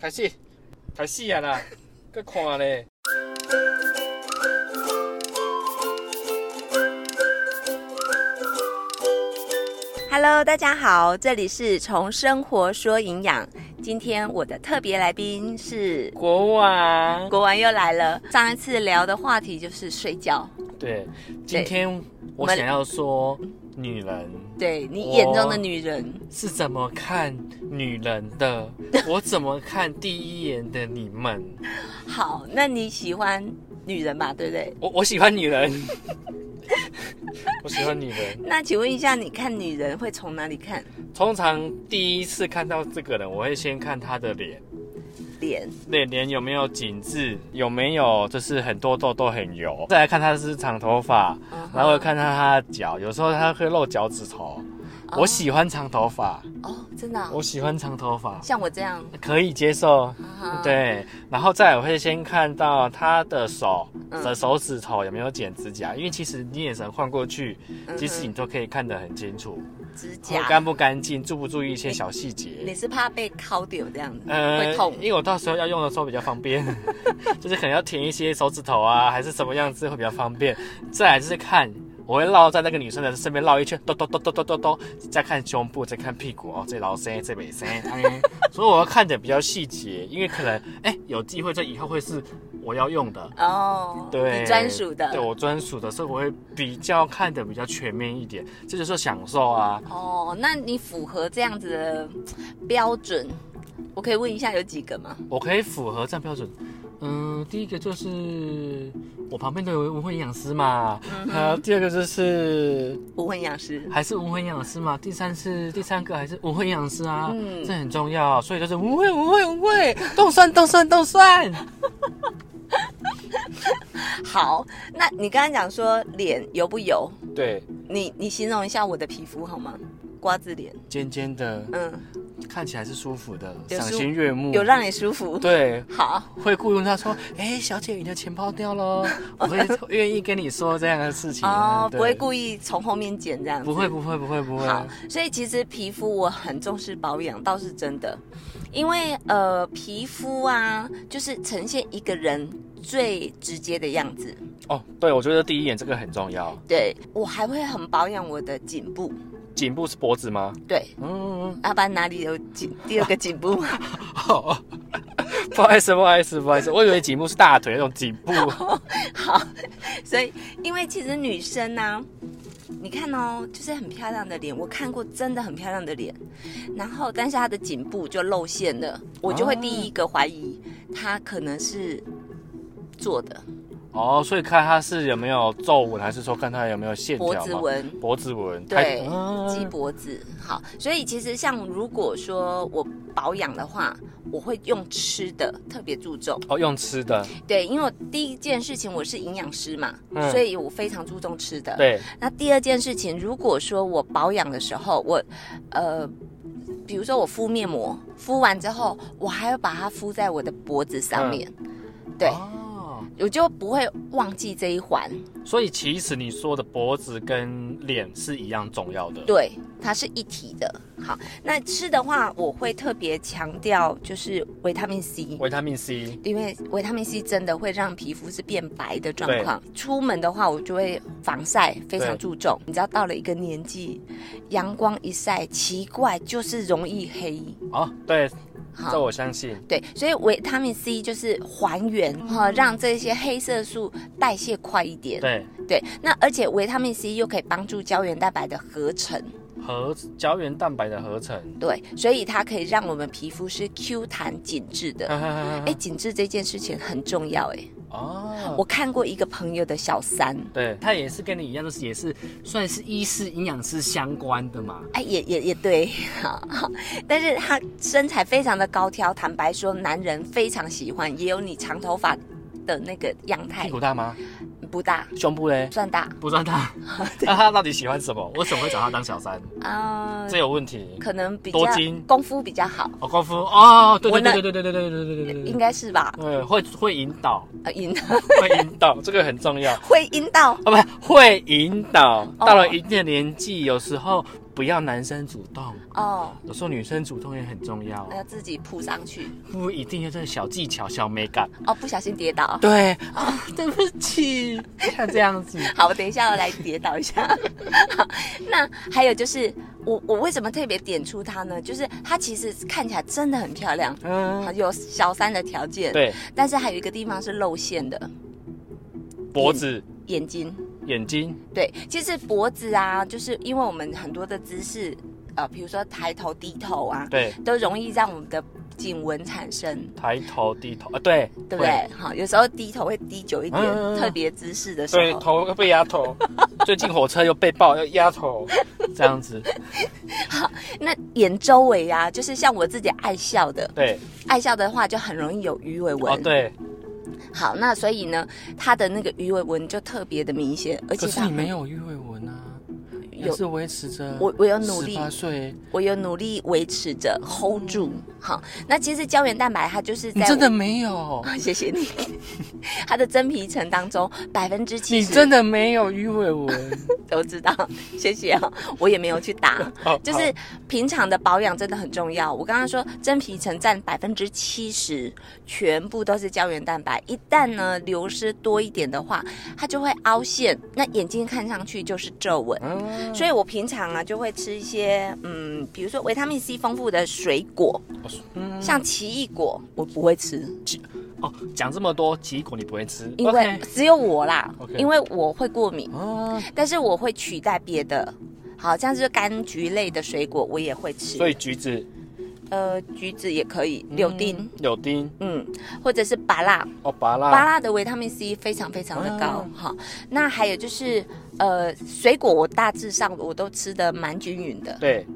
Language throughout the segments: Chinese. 开始，开始啊 啦，搁看咧。 Hello，大家好，这里是从生活说营养。今天我的特别来宾是国王，国王又来了。上一次聊的话题就是睡觉，对，今天我想要说女人对你我眼中的女人，是怎么看女人 的，我怎么看第一眼的你们。好，那你喜欢女人嘛？对不对？我我喜欢女 人，我喜欢女人。那请问一下，你看女人会从哪里看？通常第一次看到这个人，我会先看她的脸，脸？脸脸有没有紧致，有没有就是很多痘痘很油，再来看她是不是长头发，然后看到她的脚，有时候她会露脚趾头。我喜欢长头发，哦，真的啊、我喜欢长头发，像我这样，可以接受。啊、，对，然后再来我会先看到她的手嗯的手指头有没有剪指甲，因为其实你眼神换过去，其实你都可以看得很清楚，指会甲，干不干净，注不注意一些小细节。你是怕被敲掉这样子、呃嗯会痛？因为我到时候要用的时候比较方便， 就是可能要舔一些手指头啊，还是什么样子会比较方便。再来就是看，我会绕在那个女生的身边绕一圈，咚咚咚咚咚咚咚，再看胸部，再看屁股，哦，这老生，这美生，嗯所以我要看的比较细节，因为可能哎、有机会这以后会是我要用的。哦，对，你专属的，对我专属的，所以我会比较看的比较全面一点，这就是享受啊。哦，那你符合这样子的嗯标准，我可以问一下有几个吗？我可以符合这样标准。嗯，第一个就是我旁边都有文慧营养师嘛，嗯还有第二个就是不婚营养师，还是文慧营养师嘛，第三是第三个还是文慧营养师啊，嗯这很重要，所以就是文慧文慧文慧，动算动算动算，好，那你刚才讲说脸油不油？对，你你形容一下我的皮肤好吗？瓜子脸，尖尖的，嗯，看起来是舒服的，有赏舒心悦目，有让你舒服。嗯对，好，会雇佣他说，哎、小姐，你的钱包掉喽，我会 愿意跟你说这样的事情啊哦，对不会故意从后面剪这样子。不会不会不会不会，好，所以其实皮肤我很重视保养，倒是真的，因为呃，皮肤啊，就是呈现一个人最直接的样子。哦，对，我觉得第一眼这个很重要。对我还会很保养我的颈部，颈部是脖子吗？对，嗯，阿班哪里有颈？第二个 颈部好， 不好意思，不好意思，不好意思，我以为颈部是大腿那种颈 部。好，所以因为其实女生呢、你看哦，就是很漂亮的脸，我看过真的很漂亮的脸，然后但是她的颈部就露馅了，我就会哦第一个怀疑她可能是做的哦，所以看它是有没有皱纹，还是说看它有没有线条脖嘛子，纹，脖子纹，对它，鸡嗯脖子。好，所以其实像如果说我保养的话，我会用吃的特别注重。哦，用吃的，对，因为我第一件事情我是营养师嘛，嗯所以我非常注重吃的。对，那第二件事情，如果说我保养的时候，我呃，比如说我敷面膜，敷完之后，我还要把它敷在我的脖子上嗯面，对、哦，我就不会忘记这一环。所以其实你说的脖子跟脸是一样重要的。，对，它是一体的。好，那吃的话，我会特别强调就是维他命 C。维他命 C，因为维他命 C 真的会让皮肤是变白的状对况。出门的话，我就会防晒非对常注重。你知道，到了一个年纪，阳光一晒，奇怪就是容易黑。哦，对，这好，我相信。对，所以维他命 C 就是还原哈、让这些黑色素代谢快一点。对，对，那而且维他命 C 又可以帮助胶原蛋白的合成，合胶原蛋白的合成。对，所以它可以让我们皮肤是 Q 弹紧致的。嗯哎，紧致这件事情很重要哎。 哦，我看过一个朋友的小三，对，他也是跟你一样，就是也是算是医师、营养师相关的嘛。哎，也也也对，好，好但是她身材非常的高挑，坦白说，男人非常喜欢，也有你长头发的那个样屁态，股大吗？不大，胸部嘞？算大不 算大。那他到底喜欢什么？为什么会找他当小三？啊、这有问题。可能比较多金功夫比较好，哦，功夫哦，对我对呢对对对对对对对对应对。该是吧？对，会会引 导，呃，引会引导，这个很重要啊！ 会阴道哦不，会引导。到了一定的年纪，有时候不要男生主动，哦，有时候女生主动也很重要我，要自己扑上去，不一定要这个小技巧、小美感。哦，不小心跌倒。对啊，对不起，像这样子，好，我等一下我来跌倒一下。 好，那还有就是，我我为什么特别点出她呢？就是她其实看起来真的很漂亮，嗯，有小三的条件，，对，但是还有一个地方是露馅的，脖子、眼睛。眼睛，对，其实脖子啊，就是因为我们很多的姿势，呃，比如说抬头、低头啊，对，都容易让我们的颈纹产生。抬头、低头啊，对，对不对？好，有时候低头会低久一点，嗯嗯嗯嗯特别姿势的时对？对，候。头被压头，最近火车又被爆，要压头，这样子，那眼周围啊，就是像我自己爱笑的，对， 爱笑的话就很容易有鱼尾纹。哦，对，好，那所以呢，它的那个鱼尾纹就特别的明显，而且可是它你没有鱼尾纹啊，也有是维持着我我有努力十八岁，我有努力维持着 hold 住。好，那其实胶原蛋白它就是你在真的没有，我 谢谢你，它的真皮层当中百分之七你十，真的没有鱼尾纹，都知道， 谢谢哦，我也没有去打。 哦 就是平常的保养真的很重要。我刚刚说真皮层占百分之七十，全部都是胶原蛋白。一旦呢流失多一点的话，它就会凹陷，那眼睛看上去就是皱纹。好嗯，所以我平常啊就会吃一些，嗯，比如说维他命 C 丰富的水果，嗯像奇异果，我不会吃，哦，讲这么多奇异果你不会吃，因为只有我啦 OK 因为我会过敏。啊，但是我会取代别的，好像是柑橘类的水果我也会吃，所以橘子、呃，橘子也可以，柳丁，嗯、柳丁、嗯或者是芭辣，哦，芭拉、芭辣的维他命 C 非常非常的哦高，好，那还有就是呃，水果我大致上我都吃的蛮均匀的。对，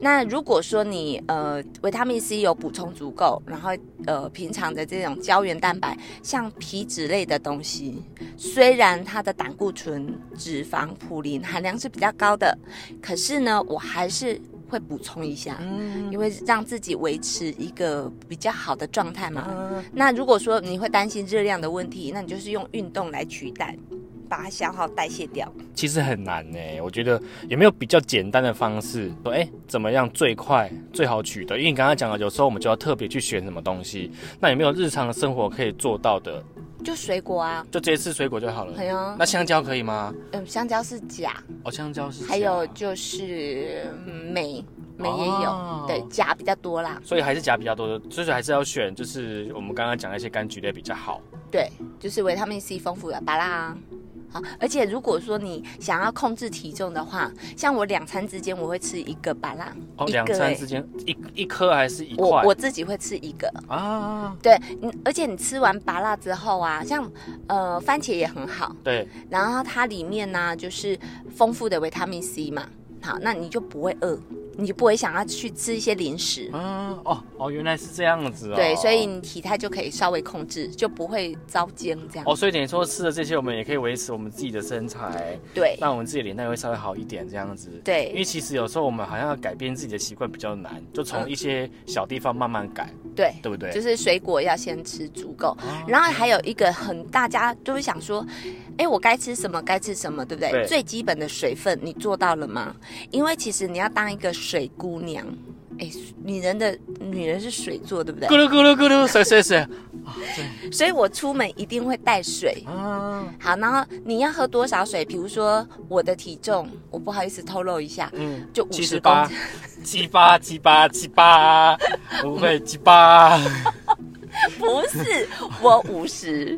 那如果说你呃维他命 C 有补充足够，然后呃平常的这种胶原蛋白，像皮脂类的东西，虽然它的胆固醇、脂肪、普林含量是比较高的，可是呢，我还是会补充一下，嗯，因为让自己维持一个比较好的状态嘛。啊那如果说你会担心热量的问题，那你就是用运动来取代，把它消耗代谢掉。其实很难呢、我觉得有没有比较简单的方式说，哎、怎么样最快最好取得？因为你刚刚讲了，有时候我们就要特别去选什么东西，那有没有日常的生活可以做到的？就水果啊，就直接吃水果就好了哎。呀，那香蕉可以吗？嗯，香蕉是钾。哦，香蕉是。还有，就是嗯镁，镁也有，哦对，钾比较多啦，所以还是夹比较多的，所以还是要选，就是我们刚刚讲的一些柑橘类比较好。对，就是维他命 C 丰富的巴拉啊。好，而且如果说你想要控制体重的话，像我两餐之间我会吃一个巴拉，哦，一个两餐欸之间一一颗还是一我块我自己会吃一个。啊？对，你而且你吃完巴拉之后啊，像呃番茄也很好，对，然后它里面呢、就是丰富的维他命 C 嘛，好，那你就不会饿，你就不会想要去吃一些零食。嗯，哦哦，原来是这样子哦。对，所以你体态就可以稍微控制，就不会遭煎这样。哦，所以等于说吃了这些，我们也可以维持我们自己的身材，对让我们自己的脸蛋会稍微好一点，这样子。因为对其实有时候我们好像要改变自己的习惯比较难，就从嗯一些小地方慢慢改，对，对不对？就是水果要先吃足够。啊然后还有一个很大家就会想说，哎，我该吃什么？该吃什么？对不对？对最基本的水分你做到了吗？因为其实你要当一个水姑娘，哎，女人的女人是水做，对不对咕？噜咕噜咕噜，水水水所以我出门一定会带水。啊，好，然后你要喝多少水？比如说我的体重，我不好意思透露一下，嗯，就五七十十公八，七八七八七八，不会七八，不是，我五十，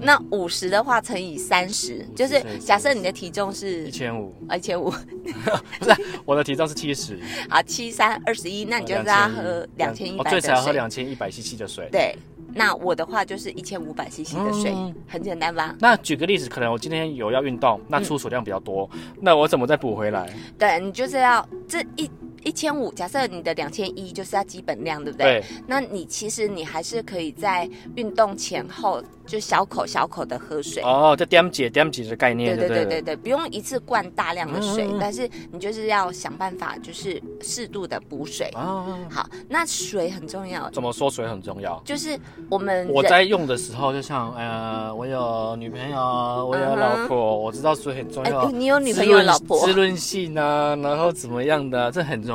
那五十的话乘以三十，就是假设你的体重一是千五，一千 五，不是我的体重是七十，好啊七三二十一，那 你就是要喝两千一我百哦最的少要喝水。两千一百 CC 的水。对，那我的话就是一千五百 CC 的水嗯，很简单吧？那举个例子，可能我今天嗯有要运动，那出水量比较多，那我怎么再补回来？对你就是要这一一千五，假设你的两千一就是它基本量，对不对？对，那你其实你还是可以在运动前后就小口小口的喝水。哦，就点解点解的概念，对对对对了对对，不用一次灌大量的水，嗯嗯嗯但是你就是要想办法，就是适度的补水。啊，好，那水很重要，怎么说水很重要。就是我们我人在用的时候，就像呃，我有女朋友，我有老婆我知道水很重嗯哎、要。你有女朋友、老婆滋，润性啊，然后怎么样的，这很重 要。哎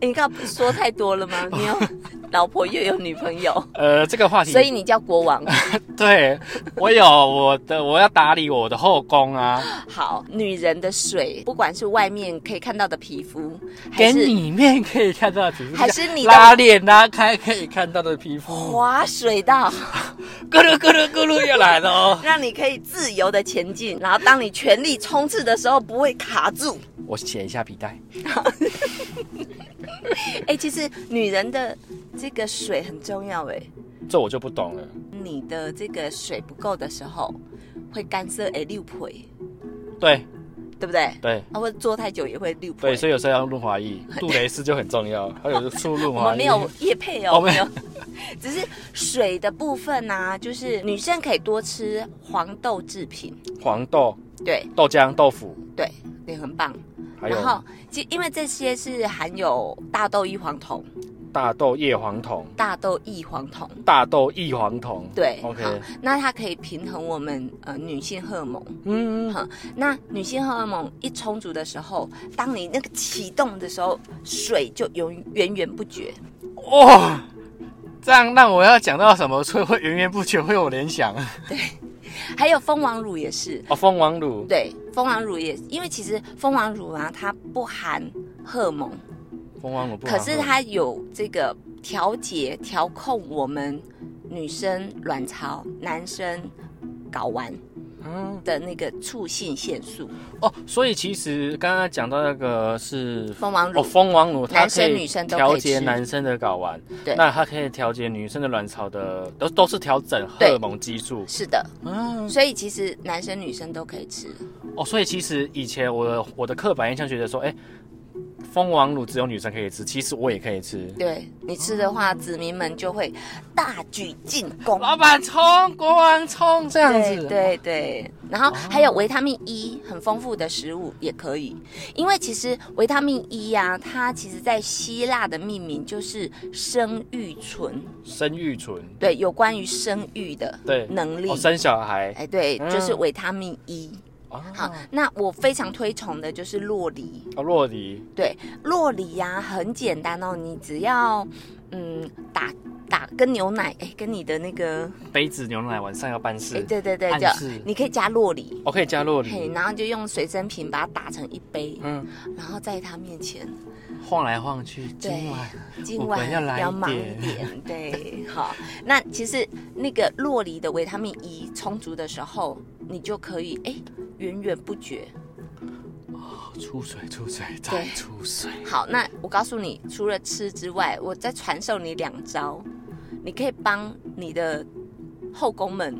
你刚刚不是说太多了 吗？你有老婆又有女朋友，呃，这个话题，所以你叫国王。对我有我的，我要打理我的后宫啊，好，女人的水，不管是外面可以看到的皮肤，还跟是里面可以看到的皮肤，还是你的拉链拉开可以看到的皮肤， 滑水道，哦咕噜咕噜咕噜又来了 哦。让你可以自由的前进，然后当你全力冲刺的时候不会卡住。我写一下笔袋，哎、其实女人的这个水很重要哎，这我就不懂了。你的这个水不够的时候，会干涉哎六腿，对对不对？对啊，或者坐太久也会六腿对，。所以有时候要用润滑液，杜蕾斯就很重 要，还有出润嗯我滑们液。没有夜配哦哦，没没有有， 只是水的部分啊，就是女生可以多吃黄豆制品，黄豆、对豆浆、豆腐，对，也很棒。还然有后，其实因为这些是含有大豆异黄酮、大豆叶黄酮、大豆异黄酮，大豆异黄酮。对，OK，好，那它可以平衡我们呃女性荷尔蒙。嗯，哈，那女性荷尔蒙一充足的时候，当你那个启动的时候，水就源源源不绝。哇，这样让我要讲到什么，所以会源源不绝，会有联想。还有蜂王乳也是，哦，蜂王乳，对，蜂王乳也，因为其实蜂王乳啊，它不含荷尔蒙，蜂王乳不好可喝是它有这个调节、调控我们女生卵巢、男生睾丸嗯的那个促性腺素。哦，所以其实刚刚讲到那个是蜂王乳，哦，蜂王乳，它男可生以女生都可以调节吃男生的睾丸，对那它可以调节女生的卵巢的，都都是调整荷对尔蒙激素。是的，嗯，所以其实男生女生都可以吃。哦，所以其实以前我的我的刻板印象觉得说，哎、蜂王乳只有女生可以吃，其实我也可以吃。对你吃的哦话，子民们就会大举进攻。老板冲，国王冲，哦这样对子。哦对对，然后还有维他命 E 很丰富的食物也可以，因为其实维他命 E 呀、它其实在希腊的命名就是生育醇，生育醇，对，有关于生育的对，能力哦，。生小孩哎，对，就是嗯维他命 E。好啊，，那我非常推崇的就是洛梨，哦，洛梨，对，洛梨呀、很简单哦，你只要嗯打打跟牛奶，哎，跟你的那个，杯子牛奶晚上要办哎，事，对对对，暗就示你可以加洛梨，我可以加洛嘿，梨，然后就用随身瓶把它打成一杯，嗯，然后在他面前，晃来晃去，对今晚今我晚们要来一要忙一点点，对，好。那其实那个洛梨的维他命 E 充足的时候，你就可以哎源源不绝。出水出水再对出水，好，那我告诉你，除了吃之外，我再传授你两招，你可以帮你的后宫们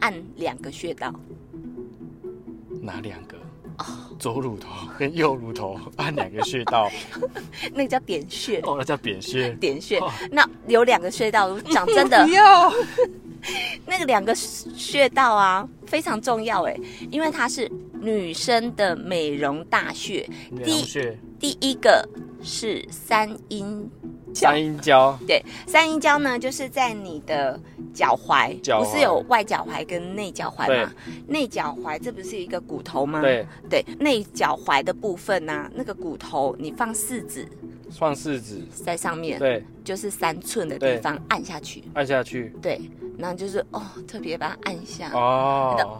按两个穴道。哪两个？哦左乳头跟右乳头按两个穴 道，那个叫点穴，哦，那叫扁穴。点穴哦。那有两个穴道，讲真的不，要， 那个两个穴道啊非常重要哎，因为它是女生的美容大穴，扁穴，第一个是三阴三阴交，对，三阴交呢，就是在你的脚踝，脚踝不是有外脚踝跟内脚踝吗？内脚踝这不是一个骨头吗？对，对，内脚踝的部分呢、那个骨头你放四指放四指，在上面，对，就是三寸的对地方按下去，按下去，对，然后就是哦，特别把它按下。呃哦，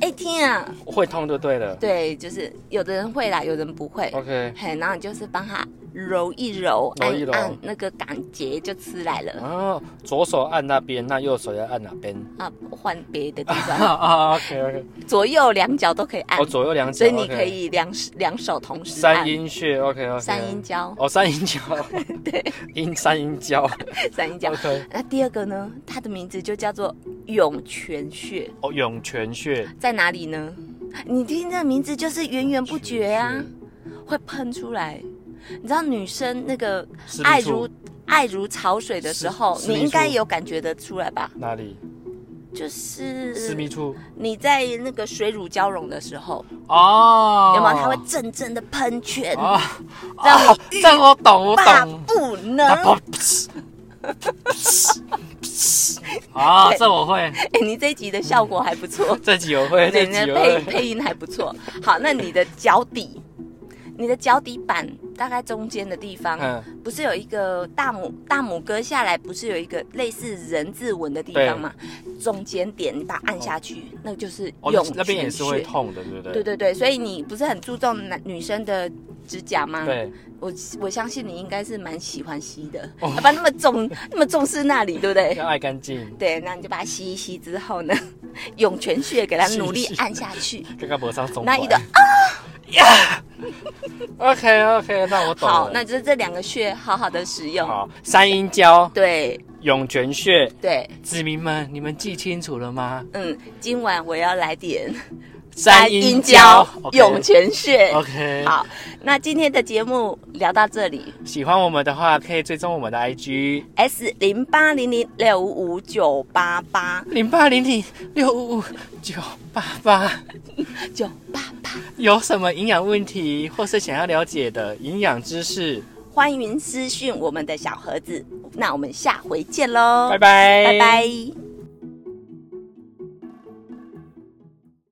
哎、天啊！会痛就对了。对，就是有的人会啦，有人不会。 OK，嘿，然后你就是帮他揉一揉，哦揉一揉按按那个感觉就出来了哦，左手按那边，那右手要按哪边？啊。换别的地啊 方，啊，OK OK，左右两脚都可以按哦，，左右两脚，哦所以你 OK 可以两手两手同时按三阴穴，OK OK，三阴交， 哦，三阴交， 对，阴三阴交三阴交。 ，OK，那第二个呢？它的名字就叫做涌泉穴，哦，涌泉穴，在哪里呢？你听这名字就是源源不绝啊，会喷出来。你知道女生那个私密爱处如爱如潮水的时候，私私密你处应该也有感觉得出来吧？哪里？就私密是处你在那个水乳交融的时候，哦，有没有？它会阵阵的喷泉， 啊，让啊这样我懂，我 爸懂。不能。啊哎、砰噗噗 啊，这我会，哎你这一集的效果还 不错，这集我会，这对，你集哦的我配会。配音还不错。好，那你的脚底，你的脚底板大概中间的地方，嗯，不是有一个大拇大拇哥下来，不是有一个类似人字纹的地方吗？中间点你把它按下去，那个就是哦，那涌那边也泉是会穴。痛的，对不对？对对对，所以你不是很注重男女生的指甲吗？，对，我我相信你应该是蛮喜欢吸的，哦要不然那么重那么重视那里，对不对？要爱干净，对，那你就把它吸一吸之后呢， 涌泉穴给它努力吸一吸按下去，刚刚脖上松那垮一啊的 OK OK，那我懂好了，。那就是这两个穴好好的使用。好，三阴交、对涌泉穴，对，子民们，你们记清楚了吗？嗯，今晚我要来点三阴交、涌泉穴。 OK，好，那今天的节目聊到这里喜欢我们的话，可以追踪我们的 IG ，S 零八零零六五五九八八零八零零六五五九八八。 九八八，有什么营养问题，或是想要了解的营养知识，欢迎私讯我们的小盒子。那我们下回见喽，拜拜，拜拜